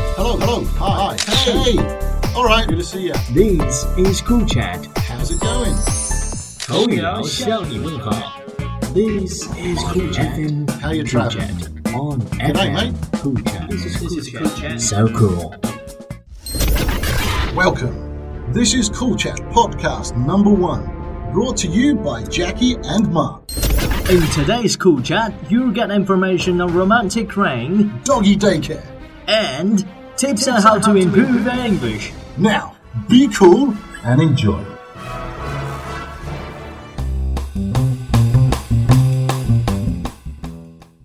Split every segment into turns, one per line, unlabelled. Hello, hello. Hi. Hey. All right. Good to see you.
This is Cool Chat
how's it going?
口语聊向你问好。This is Cool Chat in
How you traveling?
on
night,
FM
mate.
Cool Chat. So cool.
Welcome. This is Cool Chat podcast number one, brought to you by Jackie and Mark.
In today's Cool Chat, you'll get information on romantic rain
Doggy daycare.
and tips on how to improve your English.
Now, be cool and enjoy.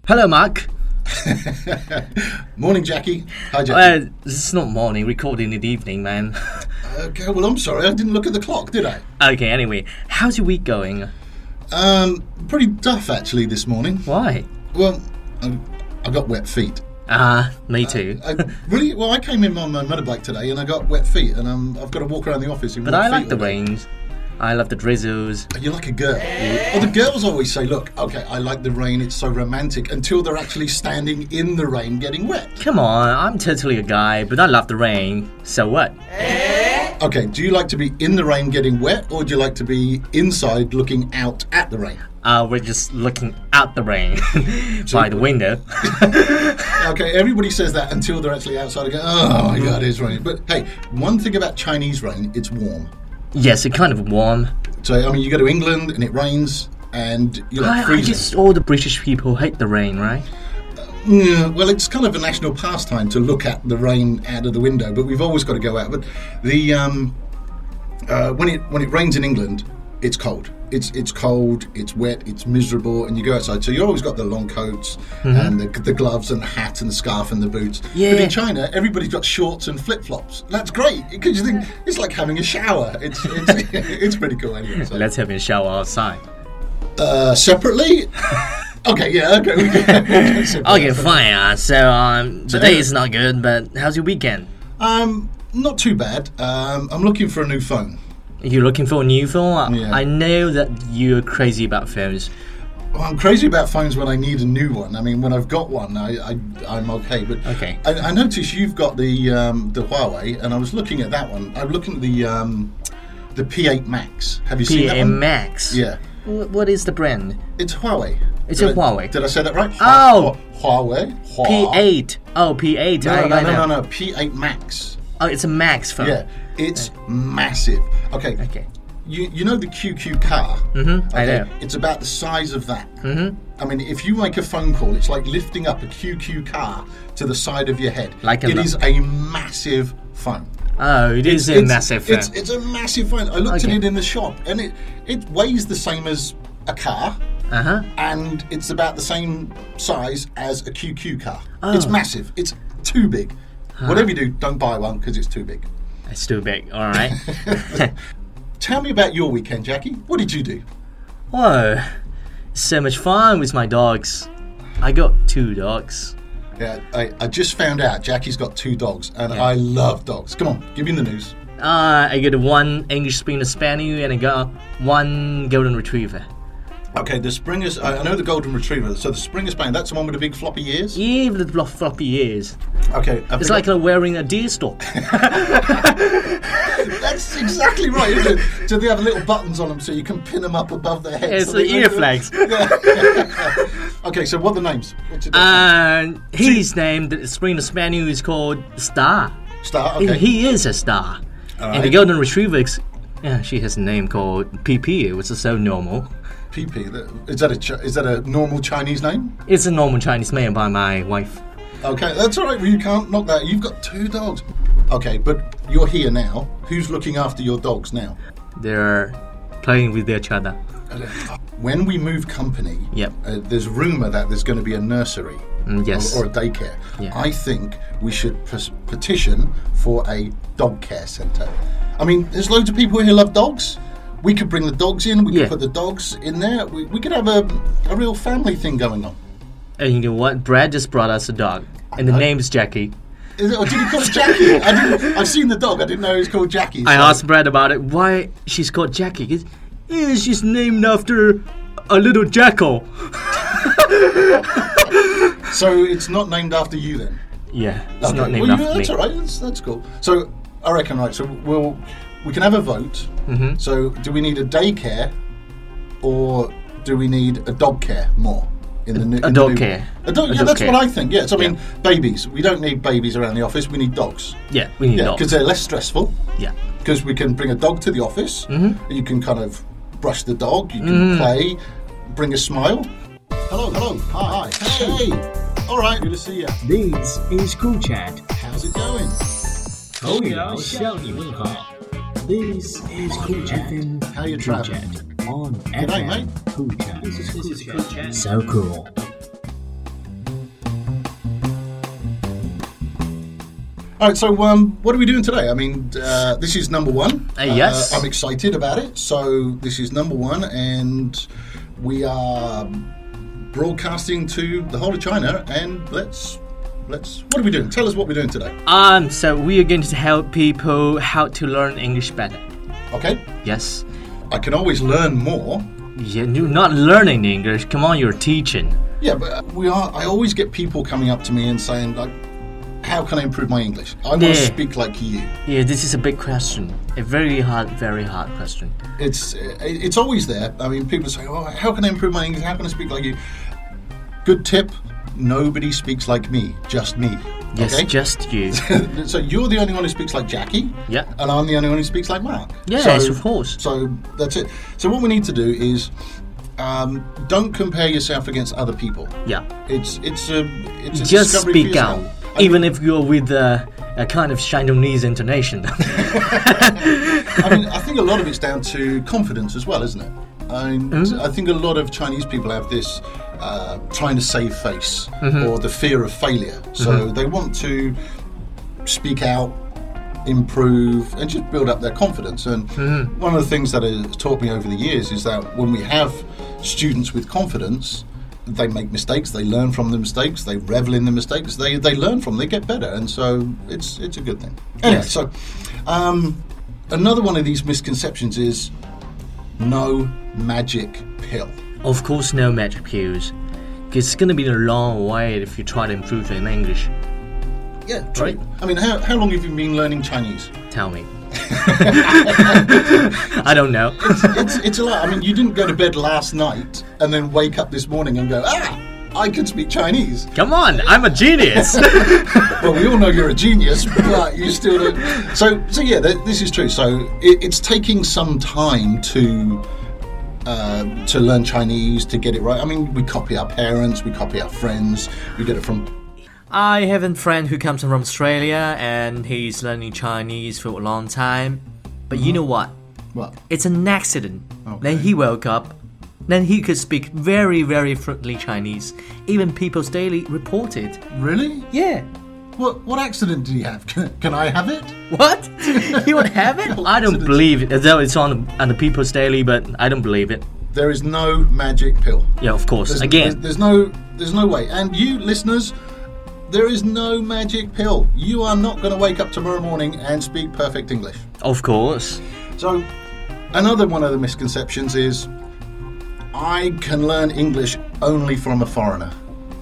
Hello, Mark.
Morning, Jackie. Hi, Jackie.
Uh, it's not morning, recording in the evening, man.
okay. Well, I'm sorry. I didn't look at the clock, did I?
okay, anyway, how's your week going?
Um, pretty tough actually this morning.
Why?
Well, I, I got wet feet.
Ah, me
Uh,
too.
I really well. I came in on my motorbike today, and I got wet feet, and um, I've got to walk around the office in
But
wet
I
feet
like the
all day.
rains. I love the drizzles.
You're like a girl. Well, the girls always say, "Look, okay, I like the rain. It's so romantic." Until they're actually standing in the rain getting wet.
Come on, I'm totally a guy, but I love the rain. So what?
Okay, do you like to be in the rain getting wet, or do you like to be inside looking out at the rain?
Uh, we're just looking at the rain by the window.
Okay, everybody says that until they're actually outside and go, "Oh my god, it's raining." But hey, one thing about Chinese rain, it's warm.
yes, it's kind of warm.
So I mean, you go to England and it rains, and you're like
I, I
freezing.
guess all the British people hate the rain, right?
Yeah, well, it's kind of a national pastime to look at the rain out of the window, but we've always got to go out. But the um, uh, when it when it rains in England, it's cold. It's it's cold. It's wet. It's miserable, and you go outside. So you always got the long coats and the, the gloves and the hat and the scarf and the boots. But
Mm-hmm. Yeah.
in China, everybody's got shorts and flip flops. That's great because you think it's like having a shower. It's it's, it's pretty cool anyway. So.
Let's have a shower outside.
Uh, separately. Okay, yeah, okay. We can.
Okay, fine. Uh, so um, the day is not good, but how's your weekend?
Um, not too bad. Um, I'm looking for a new phone.
You're looking for a new phone? I-
Yeah.
I know that you're crazy about phones.
Well, I'm crazy about phones when I need a new one. I mean, when I've got one, I, I I'm okay. But
Okay.
I, I noticed you've got the um, the Huawei, and I was looking at that one. I'm looking at the um, the P8 Max. Have you seen that
PA
one?
Max.
Yeah,
Wh- what is the brand?
it's Huawei.
It's
Did
a
I-
Huawei.
Did I say that right?
Oh!
Hua- Huawei. Hua-
P8. Oh, P8.
No,
I,
no,
I
no,
know.
no, no, P8 Max.
Oh, it's a Max phone.
Yeah, it's massive. Okay.
Okay.
You, you know the QQ car? Mm-hmm,
I know.
It's about the size of that. Mm-hmm. I mean, if you make a phone call, it's like lifting up a QQ car to the side of your head.
Like a
It
lo-
is a massive phone.
Oh, it is a
It's-
massive phone.
It's, it's a massive phone. I looked
Okay.
at it in the shop, and it it weighs the same as a car,
uh huh.
and it's about the same size as a QQ car.
Oh.
It's massive. It's too big. Whatever you do, don't buy one because it's too big.
It's too big. All right.
Tell me about your weekend, Jackie. What did you do?
Whoa. So much fun with my dogs. I got two dogs.
Yeah, I, I just found out Jackie's got two dogs, and
Yeah.
I love dogs. Come on, give me the news.
Uh, I got one English Springer Spaniel and I got one Golden Retriever.
Okay, the Springers. I, I know the Golden Retriever. So the Springer Spaniel. That's the one with the big floppy ears.
Yeah, with the fluff- floppy ears.
Okay, I
It's
think-
like uh, wearing a deer stalk.
that's exactly right. Isn't it? So they have little buttons on them, so you can pin them up above their head.
It's
so
the
they-
ear flags.
Okay, so what are the names? What's your
Uh,
dog's
And his name, the Springer Spaniel, is called Star.
name? Star. Okay.
He is a star. And the
right.
Golden Retriever, is- yeah, she has a name called PP, which is so normal.
PP. that- Is that a Chi- is that a normal Chinese name?
It's a normal Chinese name by my wife.
Okay, that's all right. You can't knock that. You've got two dogs. Okay, but you're here now. Who's looking after your dogs now?
They're playing with each other.
When we move company,
Yep.
uh, there's rumor that there's going to be a nursery
Mm, yes.
or, or a daycare.
Yeah.
I think we should pes- petition for a dog care center. I mean, there's loads of people here who love dogs. We could bring the dogs in. We could
Yeah.
put the dogs in there. We, we could have a, a real family thing going on.
And you know what? Brad just brought us a dog. And the name's Jackie.
Is it, or did you call it Jackie? I didn't, I've seen the dog. I didn't know it was called Jackie.
I
so-
asked Brad about it, why she's called Jackie. He goes, "Yeah, she's named after a little jackal.
So it's not named after you then.
Yeah, it's not
Okay,
named
well, you-
after
that's
me.
all right. That's, that's cool. So I reckon, right? So we'll we can have a vote.
Mhm.
So do we need a daycare, or do we need a dog care more? In the new, in the
dog
new-
care.
A dog,
A
yeah,
dog
that's
care.
what I think. Yeah, so I mean, babies. We don't need babies around the office. We need dogs.
Yeah, we need
Yeah,
dogs.
because they're less stressful.
Yeah,
Because we can bring a dog to the office.
Mm-hmm.
and You can kind of brush the dog. You can
Mm.
play. Bring a smile. Hello, hello, hi, hey. All right, good to see you.
This is Cool Chat，
How's it going?
口语獨向你问好。This is Cool Chat，
How you
Cool
traveling?
Chat on
day,
FM
mate.
Cool Chat。This is Cool Chat. So cool.
All right, so um, what are we doing today? I mean, uh, this is number one.
Uh, yes.
I'm excited about it. So this is number one, and we are broadcasting to the whole of China. And let's let's what are we doing? Tell us what we're doing today.
um, so we are going to help people how to learn English better.
Okay,
Yes,
I can always learn more.
yeah, you're not learning English. Come on, you're teaching.
Yeah, but uh, we are. I always get people coming up to me and saying like, "How can I improve my English? I want to
Yeah.
speak like you."
Yeah, this is a big question. A very hard, very hard question.
it's it's always there. I mean, people say, "Oh, how can I improve my English? How can I speak like you?" Good tip: nobody speaks like me, just me.
Yes,
Okay?
just you.
so you're the only one who speaks like Jackie.
Yeah.
And I'm the only one who speaks like Mark.
Yes,
So-
of course.
So that's it. So what we need to do is. Um, don't compare yourself against other people.
yeah,
It's it's a it's a
just
discovery for
speak out,
yourself. I
even if you're with a, a kind of Chinese intonation.
I mean, I think a lot of it's down to confidence as well, isn't it? I, mean, I think a lot of Chinese people have this uh, trying to save face or the fear of failure. So they want to speak out, improve, and just build up their confidence. And one of the things that has taught me over the years is that when we have students with confidence, they make mistakes, they learn from the mistakes, they revel in the mistakes, they, they learn from, them, they get better. And so it's, it's a good thing. Anyway,
Yes.
so um, another one of these misconceptions is no magic pill.
of course, no magic pills. 'Cause It's gonna be a long way if you try to improve in English.
Yeah, true. I mean, how, how long have you been learning Chinese?
Tell me. I don't know.
it's it's a lot. I mean, you didn't go to bed last night and then wake up this morning and go, ah, I can speak Chinese.
Come on, I'm a genius.
Well, we all know you're a genius, but you still don't. So, so yeah, th- this is true. So it, it's taking some time to. Uh, to learn Chinese, to get it right. I mean, we copy our parents, we copy our friends, we get it from.
I have a friend who comes from Australia and he's learning Chinese for a long time. But you know what?
Well,
It's an accident.
Okay.
Then he woke up. Then he could speak very, very fluently Chinese. Even People's Daily reported.
really?
Yeah.
What what accident did he have? Can, can I have it?
What? he would have it? I don't believe it. Though it's on on the People's Daily, but I don't believe it.
There is no magic pill.
Yeah, of course.
There's-
Again,
there's, there's no there's no way. And you listeners, there is no magic pill. You are not going to wake up tomorrow morning and speak perfect English.
of course.
So, another one of the misconceptions is I can learn English only from a foreigner.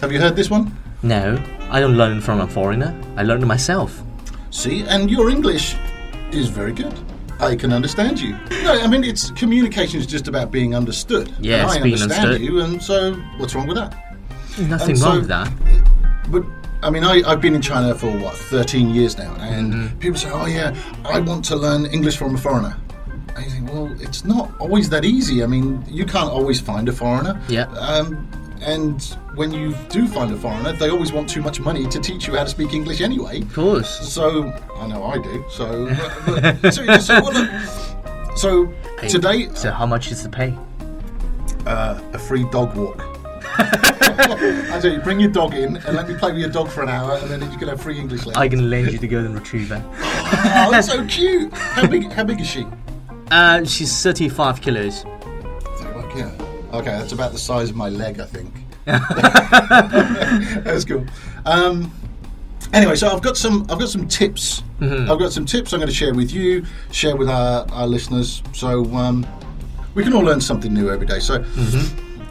Have you heard this one?
No, I don't learn from a foreigner. I learn it myself.
See, and your English is very good. I can understand you. No, I mean it's communication is just about being understood.
Yeah,
and
it's
I
being
understand
understood.
you, and so what's wrong with that?
Nothing
And so-
wrong with that.
But I mean, I, I've been in China for what, 13 years now, and
Mm-hmm.
people say, oh, yeah, I want to learn English from a foreigner. And you think, well, it's not always that easy. I mean, you can't always find a foreigner.
Yeah.
Um, and when you do find a foreigner, they always want too much money to teach you how to speak English anyway.
Of course.
So I know I do. So, but- but- so, yeah, so, what the- so today,
So how much is the pay?
uh, a free dog walk. I tell you, bring your dog in and let me play with your dog for an hour, and then you can have free English lessons.
I can lend you the golden retriever.
Oh, that's so cute. How big? How big is she?
Uh, she's 35 kilos.
Okay. Okay, that's about the size of my leg, I think. that's cool. Um, anyway, so I've got some. I've got some tips. I've got some tips I'm going to share with you, share with our, our listeners, so um, we can all learn something new every day. So,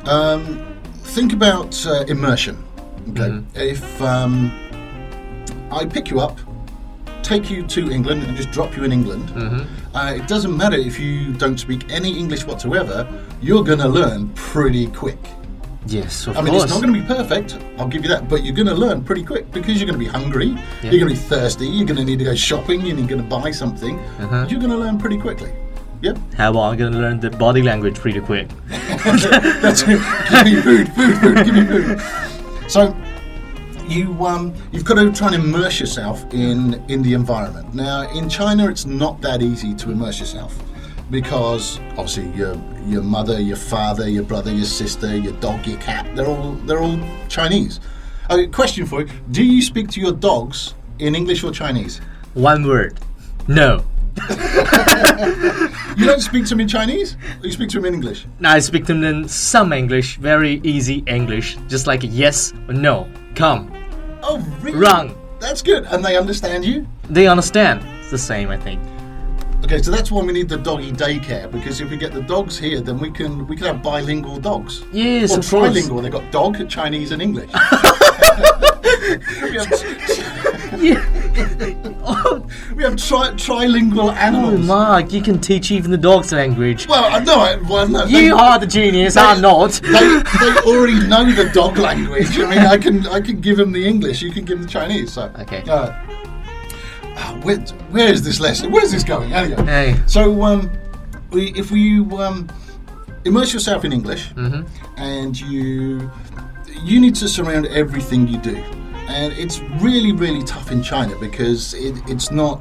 um, think about uh, immersion. Okay, if um, I pick you up, take you to England, and just drop you in England.
Mm-hmm.
Uh, it doesn't matter if you don't speak any English whatsoever. You're going to learn pretty quick.
Yes, of
I mean,
course.
it's not going to be perfect. I'll give you that, but you're going to learn pretty quick because you're going to be hungry. You're going to be thirsty. You're going to need to go shopping. You're going to buy something.
Uh-huh.
You're going to learn pretty quickly. Yep,
How about I'm gonna learn the body language pretty quick?
that's it. give me food, food, food. Give me food. So you um, you've got to try and immerse yourself in in the environment. Now, in China, it's not that easy to immerse yourself because obviously your your mother, your father, your brother, your sister, your dog, your cat they're all they're all Chinese. A question for you: Do you speak to your dogs in English or Chinese?
One word. No.
You don't speak to them in Chinese. You speak to them in English.
Now I speak to them in some English, very easy English, just like yes or no. Come.
Oh, really?
Wrong.
That's good, and they understand you.
They understand. It's the same, I think.
Okay, so that's why we need the doggy daycare because if we get the dogs here, then we can we can have bilingual dogs.
Yes,
or
of course.
trilingual. They've got dog, Chinese, and English. we have,
oh
we have tri- trilingual animals.
Mark, you can teach even the dog's language.
well, I know. I- Well, no, they,
You are the genius, I'm not.
they, they already know the dog language. I mean, I can I can give them the English. You can give them the Chinese. So
Okay.
Uh, ah, where, where is this lesson? Where is this going? Anyway.
Hey.
So, um, we, if you um, immerse yourself in English, and you you need to surround everything you do, and it's really really tough in China because it, it's not.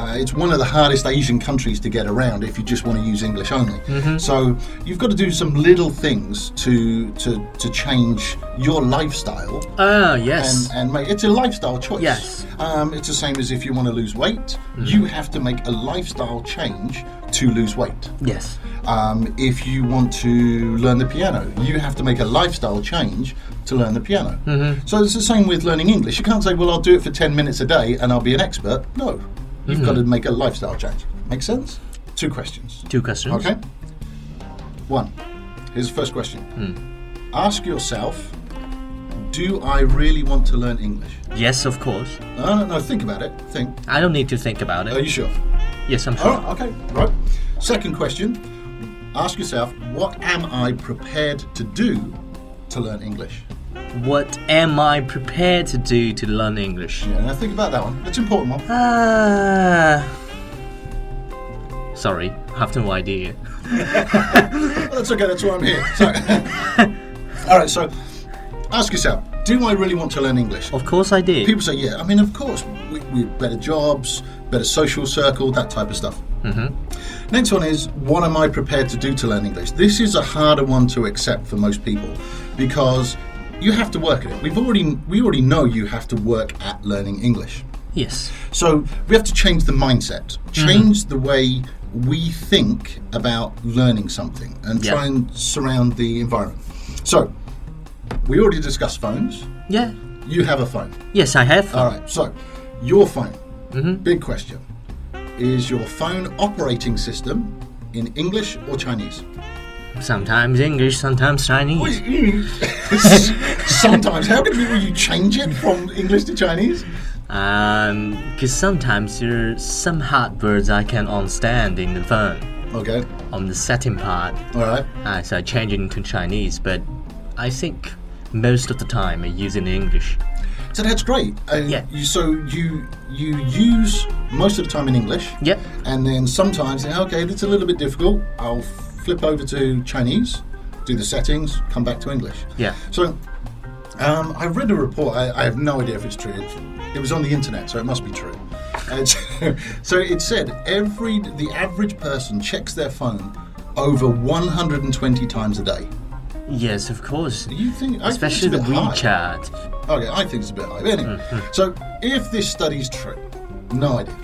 Uh, it's one of the hardest Asian countries to get around if you just want to use English only. So you've got to do some little things to to, to change your lifestyle
Ah,
and, uh,
yes.
and make it's a lifestyle choice.
Yes.
Um, it's the same as if you want to lose weight, you have to make a lifestyle change to lose weight.
Yes.
Um, if you want to learn the piano, you have to make a lifestyle change to learn the piano. So it's the same with learning English. You can't say, well, I'll do it for 10 minutes a day and I'll be an expert. No. You've got to make a lifestyle change. Make sense? Two questions.
Two questions.
Okay. One. Here's the first question. Ask yourself, do I really want to learn English?
Yes, of course.
No, no, no. Think about it. Think.
I don't need to think about
Are
it.
you sure?
Yes, I'm
All
sure.
right. Okay. Right. Second question. Ask yourself, what am I prepared to do to learn English?
What am I prepared to do to learn English?
Yeah. Now think about that one. That's an important one.
Ah. Sorry, I have no idea.
Well, that's okay. That's why I'm here. So, all right. So, ask yourself, do I really want to learn English?
Of course I did.
People say, yeah, I mean, of course, we, we have better jobs, better social circle, that type of stuff. Mm-hmm. Next one is, what am I prepared to do to learn English? This is a harder one to accept for most people because you have to work at it. We've already we already know you have to work at learning English.
Yes.
So we have to change the mindset, change the way we think about learning something, and
Yeah.
try and surround the environment. So we already discussed phones.
Yeah.
You have a phone.
Yes, I have.
All right, so your phone.
Mm-hmm.
Big question. Is your phone operating system in English or Chinese?
Sometimes English, sometimes Chinese.
Sometimes. How could you, you change it from English to Chinese?
Um, because sometimes there are some hard words I can't understand in the phone
Okay,
on the setting part,
all right.
uh, so I change it into Chinese. But I think most of the time I use it in English.
So that's great. Uh,
Yeah.
You, so you you use most of the time in English.
Yep.
And then sometimes, yeah, okay, that's a little bit difficult. I'll flip over to Chinese, do the settings, come back to English.
Yeah.
So, um, I read a report. I, I have no idea if it's true. It, it was on the internet, so it must be true. And so, so it said every the average person checks their phone over 120 times a day.
Yes, of course.
Do you think, I
Especially the
think it's a bit high.
WeChat.
Okay, I think it's a bit high. But anyway,
Hmm,
so if this study's true, no idea.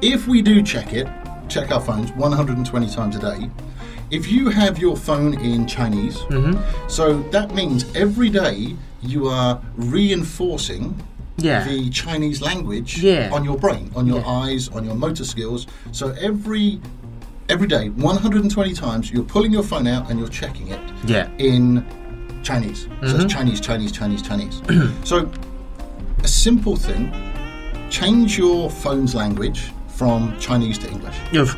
If we do check it, check our phones 120 times a day. If you have your phone in Chinese,
Mm-hmm.
so that means every day you are reinforcing
Yeah.
the Chinese language
Yeah.
on your brain, on your
Yeah.
eyes, on your motor skills. So every every day, 120 times, you're pulling your phone out and you're checking it
Yeah.
in Chinese. So it's Chinese, Chinese, Chinese, Chinese. so simple thing change your phone's language from Chinese to English.
Of-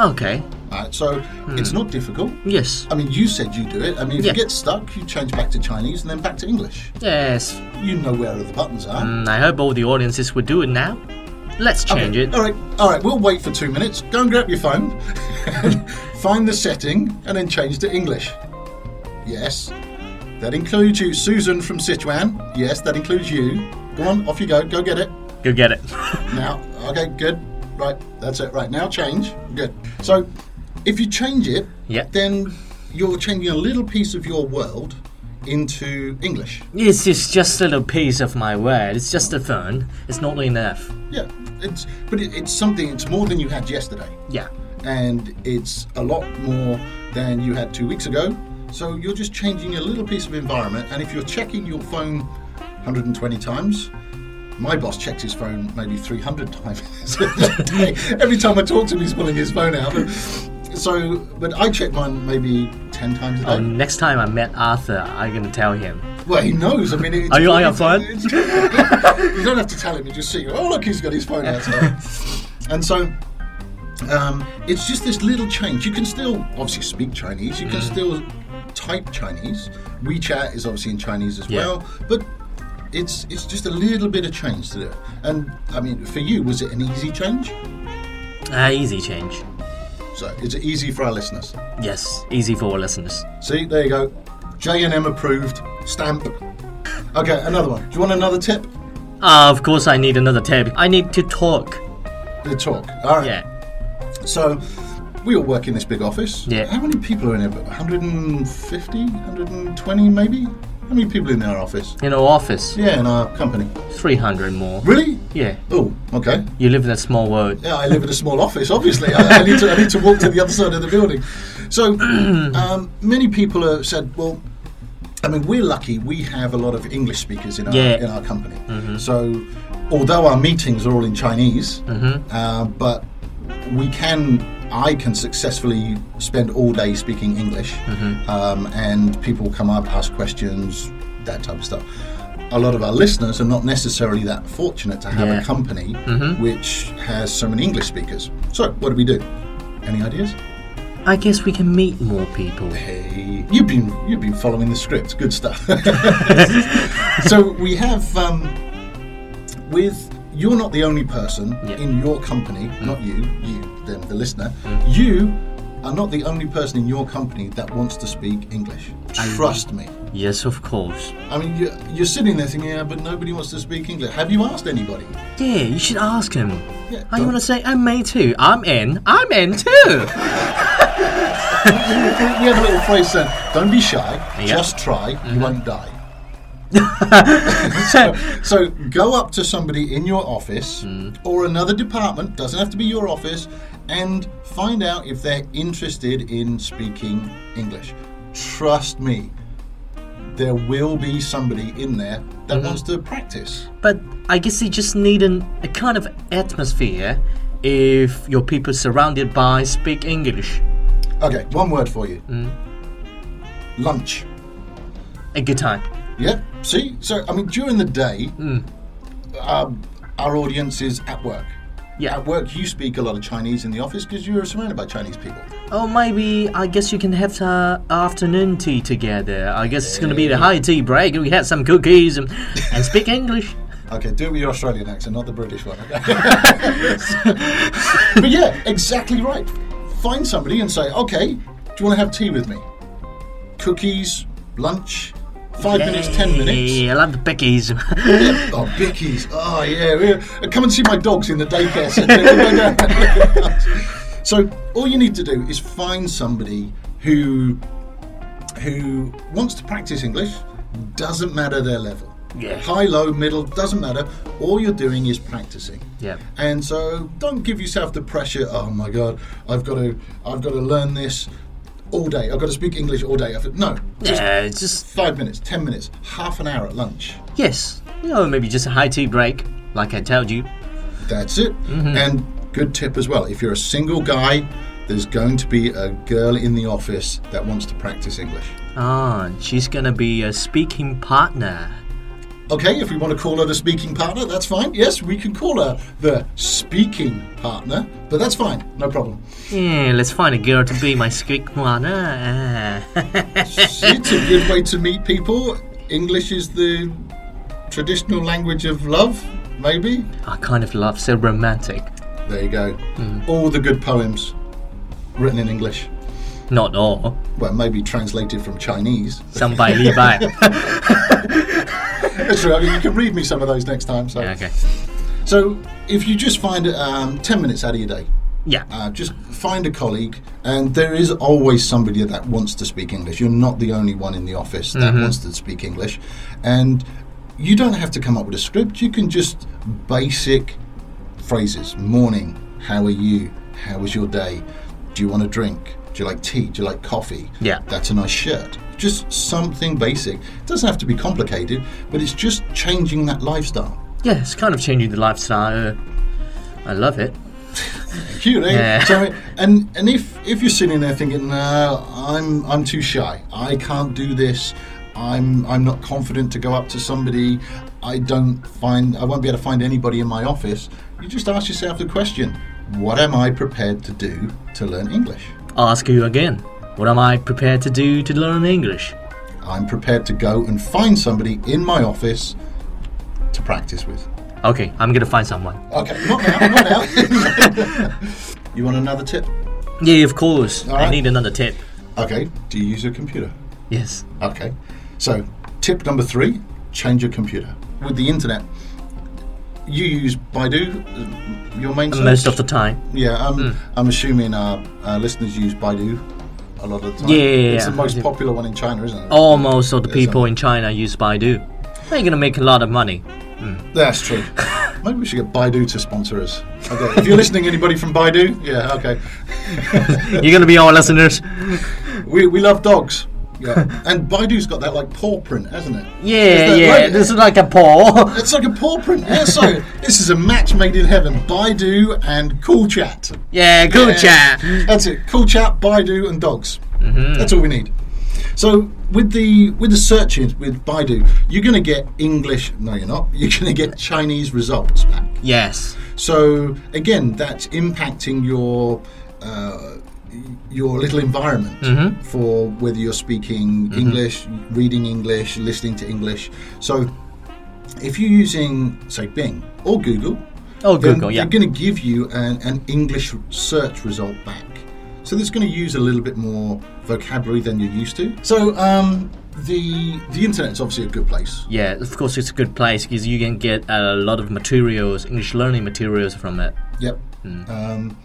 Okay.
Right? So it's not difficult.
Yes.
I mean, you said you do it. I mean, if
Yeah.
you get stuck, you change back to Chinese and then back to English.
Yes.
You know where the buttons are.
Mm, I hope all the audiences would do it now. Let's change it.
All right, all right. We'll wait for two minutes. Go and grab your phone, find the setting, and then change to English. Yes, that includes you, Susan from Sichuan. Yes, that includes you. Go on, off you go. Go get it
Go get it.
now. Okay, good. Right, that's it. Right now, change. Good. So, if you change it,
Yeah.
then you're changing a little piece of your world into English.
This is just a little piece of my word. It's just a phone. It's not enough.
Yeah, it's but it, it's something. It's more than you had yesterday.
Yeah.
and it's a lot more than you had two weeks ago. So you're just changing a little piece of environment, and if you're checking your phone 120 times, my boss checks his phone maybe 300 times a day. Every time I talk to him, he's pulling his phone out. But, so, but I check mine maybe 10 times a day.
Oh, next time I met Arthur, I'm gonna tell him.
well, he knows. I mean, it's,
Are you on your phone?
it's- you don't have to tell him. You just see. Oh, look, he's got his phone outside. and so um, it's just this little change. You can still obviously speak Chinese. You can
Mm-hmm.
still type Chinese. WeChat is obviously in Chinese as
Yeah.
well, but it's it's just a little bit of change to do. it. And I mean, for you, was it an easy change?
Ah, easy change.
So it's easy for our listeners.
Yes, easy for our listeners.
See, there you go. J and M approved stamp. Okay, another one. Do you want another tip?
Ah, of course, I need another tab. I need to talk.
The talk. All right.
Yeah.
So we all work in this big office.
Yeah.
How many people are in it? 150, 120 maybe? How many people in our office?
In our office,
Yeah, in our company.
300 more.
Really?
Yeah.
Oh, okay.
You live in a small world.
Yeah, I live in a small office, obviously. I, I, need to, I need to walk to the other side of the building. So um, many people have said, well, I mean, we're lucky we have a lot of English speakers in our,
Yeah. Mm-hmm.
in our company. So although our meetings are all in Chinese,
Mm-hmm.
uh, but we can, I can successfully spend all day speaking English. Um, and people come up, ask questions, that type of stuff. A lot of our listeners are not necessarily that fortunate to have
Yeah.
a company which has so many English speakers. So, what do we do? Any ideas?
I guess we can meet more people.
Hey, you've been you've been following the script. Good stuff. so we have um, with you're not the only person
Yeah.
in your company, not you, you the, the listener.
Mm.
You are not the only person in your company that wants to speak English. Trust me.
Yes, of course.
I mean, you're, you're sitting there thinking, yeah, but nobody wants to speak English. Have you asked anybody?
Yeah, you should ask him.
Yeah,
I
don't-
want to say, I'm me too. I'm in. I'm in too.
We have a little phrase saying, "Don't be shy,
Yeah.
just try, you won't die." so, so go up to somebody in your office or another department, doesn't have to be your office, and find out if they're interested in speaking English. Trust me, there will be somebody in there that wants to practice.
But I guess you just need an, a kind of atmosphere if your people surrounded by speak English.
Okay, one word for you. Lunch.
A good time.
Yeah. See, so I mean, during the day, um, our audience is at work.
Yeah.
At work, you speak a lot of Chinese in the office because you're surrounded by Chinese people.
Or Oh, maybe I guess you can have uh, afternoon tea together. I guess it's gonna be the high tea break. We had some cookies and, and speak English.
Okay, do it with your Australian accent, not the British one. Okay? but yeah, exactly right. Find somebody and say, okay, do you want to have tea with me? Cookies, lunch, five minutes, ten minutes.
Yeah, I love the pickies.
Yeah. Oh, Bickies. Oh, yeah. we- Come and see my dogs in the daycare centre. so, all you need to do is find somebody who who wants to practice English. Doesn't matter their level.
Yeah.
High, low, middle doesn't matter. All you're doing is practicing.
Yeah.
And so, don't give yourself the pressure. Oh my God, I've got to, I've got to learn this all day. I've got to speak English all day. I've- No, just
yeah, it's just
five minutes, ten minutes, half an hour at lunch.
yes. You know, maybe just a high tea break, like I told you.
That's it. And good tip as well if you're a single guy, there's going to be a girl in the office that wants to practice English.
Ah, she's gonna be a speaking partner.
okay, if we want to call her the speaking partner, that's fine. Yes, we can call her the speaking partner, but that's fine, no problem.
Yeah, let's find a girl to be my speak partner.
it's a good way to meet people. English is the traditional language of love, maybe.
I kind of love so romantic.
There you go. All the good poems written in English.
Not all.
Well, maybe translated from Chinese.
Some by Li Bai.
That's true. I mean, you can read me some of those next time. So,
okay.
so if you just find um, ten minutes out of your day,
Yeah.
uh, just find a colleague, and there is always somebody that wants to speak English. You're not the only one in the office that wants to speak English, and you don't have to come up with a script. You can just basic phrases: morning, how are you? How was your day? Do you want a drink? Do you like tea? Do you like coffee?
Yeah.
that's a nice shirt. Just something basic. It doesn't have to be complicated, but it's just changing that lifestyle.
yeah, it's kind of changing the lifestyle. I love it.
cute, eh?
Yeah.
So, and and if if you're sitting there thinking, no, I'm I'm too shy. I can't do this. I'm I'm not confident to go up to somebody. I don't find I won't be able to find anybody in my office. You just ask yourself the question: What am I prepared to do to learn English?
Ask you again. What am I prepared to do to learn English?
I'm prepared to go and find somebody in my office to practice with.
Okay, I'm gonna find someone.
Okay, not now, not now. you want another tip?
Yeah, of course. I
right.
need another tip.
Okay, do you use a computer?
Yes.
Okay. So, tip number three change your computer. With the internet, you use Baidu, uh, your main search?
Most of the Hmm. time.
Yeah, I'm, I'm assuming our, our listeners use Baidu a lot of the time.
Yeah, yeah, yeah,
It's the
yeah. Oh.
most popular one in China, isn't it?
Almost all the people
all.
in China use Baidu. They're gonna make a lot of money.
That's true. Maybe we should get Baidu to sponsor us. Okay. If you're listening, anybody from Baidu? Yeah, okay.
You're gonna be our listeners.
We, we love dogs. Yeah. And Baidu's got that like paw print, hasn't it? Is
Yeah,
that
yeah.
right?
This is like a paw.
It's like a paw print. Yeah, so this is a match made in heaven. Baidu and Cool Chat.
yeah, cool
Yeah.
chat.
That's it. Cool chat, Baidu, and dogs. That's all we need. So with the with the searches with Baidu, you're going to get English. No, you're not. You're going to get Chinese results back.
Yes.
So again, that's impacting your. Uh, your little environment for whether you're speaking English, reading English, listening to English. So, if you're using, say, Bing or Google,
Oh,
then
Google. Yeah.
They're going to give you an, an English search result back. So that's going to use a little bit more vocabulary than you're used to. So um, the the internet's obviously a good place.
Yeah, of course, it's a good place because you can get a lot of materials, English learning materials from it.
Yep.
Hmm.
Um,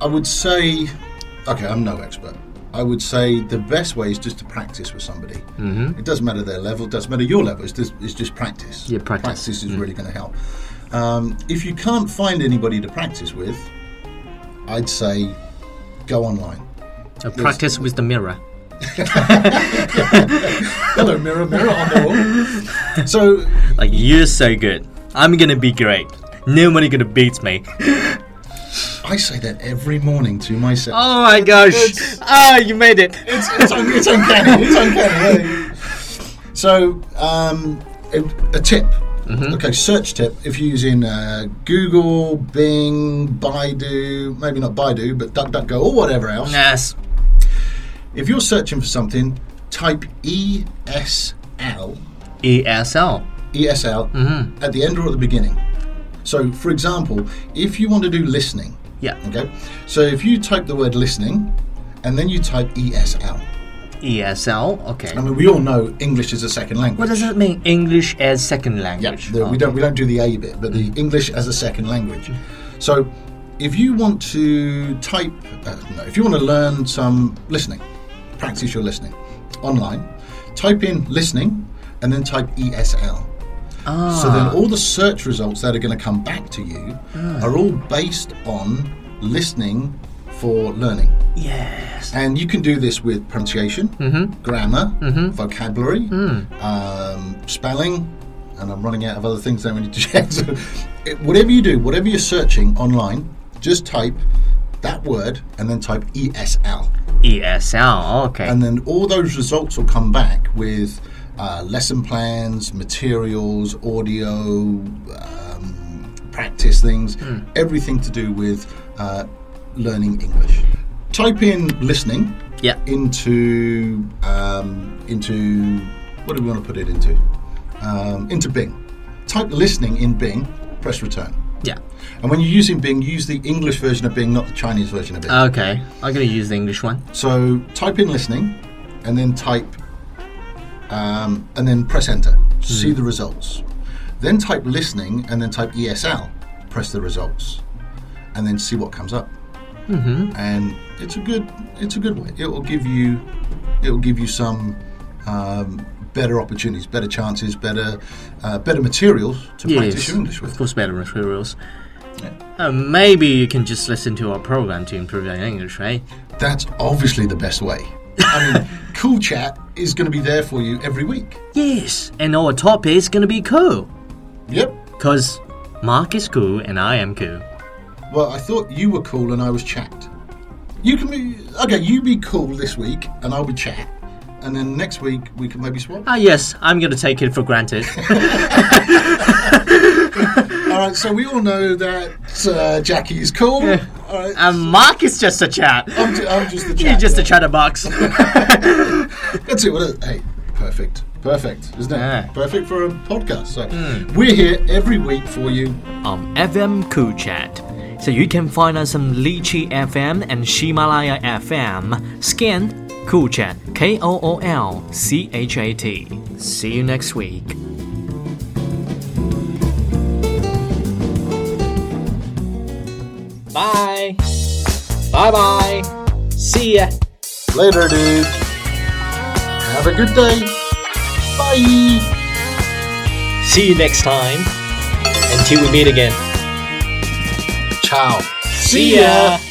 I would say, okay, I'm no expert. I would say the best way is just to practice with somebody. Mm-hmm. It doesn't matter their level, it doesn't matter your level. It's just, it's just practice.
Yeah, practice. Mm.
is really going to help. Um, if you can't find anybody to practice with, I'd say go online.
Uh, practice with the mirror.
Hello, mirror, mirror on the wall. So,
Like you're so good, I'm gonna be great. Nobody gonna beat me.
I say that every morning to myself.
Oh my gosh!
It's-
Ah, you made it.
It's, it's, un- it's uncanny. It's uncanny. yeah. So, um, a, a tip. Okay, search tip. If you're using uh, Google, Bing, Baidu, maybe not Baidu, but DuckDuckGo or whatever else,
Yes.
if you're searching for something, type E ESL
E ESL.
ESL E at the end or at the beginning. So, for example, if you want to do listening,
Yeah.
okay, so if you type the word listening and then you type ESL,
ESL. E Okay.
I mean, we all know English is a second language.
What does that mean? English as second
Yeah,
language.
the- we
Oh.
don't we don't do the A bit, but the English as a second language. So, if you want to type, uh, no, if you want to learn some listening, practice your listening online. Type in listening, and then type ESL. So
Ah.
then, all the search results that are going to come back to you are all based on listening for learning.
Yes.
And you can do this with pronunciation, grammar, vocabulary, um, spelling, and I'm running out of other things that we need to check. So, it, whatever you do, whatever you're searching online, just type that word and then type E ESL.
ESL. E Okay.
And then all those results will come back with uh, lesson plans, materials, audio, um, practice things, everything to do with uh, learning English. Type in listening
Yeah.
into um, into what do we want to put it into? Um, into Bing. Type listening in Bing. Press return.
Yeah.
And when you're using Bing, use the English version of Bing, not the Chinese version of Bing.
Okay. I'm gonna use the English one.
So type in listening, and then type, um, and then press enter. See the results. Then type listening, and then type ESL. Press the results, and then see what comes up. Mm-hmm. And it's a good, it's a good one. It will give you, it will give you some um, better opportunities, better chances, better, uh, better materials to practice your English with.
Of course, better materials. Uh, maybe you can just listen to our program to improve your English, right?
That's obviously the best way. I mean, Cool Chat is going to be there for you every week.
Yes, and our topic is gonna be cool.
Yep.
Cause Mark is cool and I am cool.
Well, I thought you were cool and I was chat. You can be okay. You be cool this week and I'll be chat, and then next week we can maybe swap.
Ah, yes, I'm gonna take it for granted.
All right. So we all know that uh, Jackie is cool. All right.
and Mark is just a chat.
I'm, ju- I'm just the chat.
Um, You're just a chatterbox.
That's it. What it hey, perfect. Perfect, isn't it?
Yeah. Hmm.
Perfect for a podcast. So we're here every week for you.
on FM Cool Chat. So you can find us on Lychee FM and Himalaya FM. Scan Cool Chat, K O O L C H A T. See you next week. Bye. Bye bye. See ya.
Later, dude. Have a good day. Bye.
See you next time. Until we meet again.
Ciao.
See ya.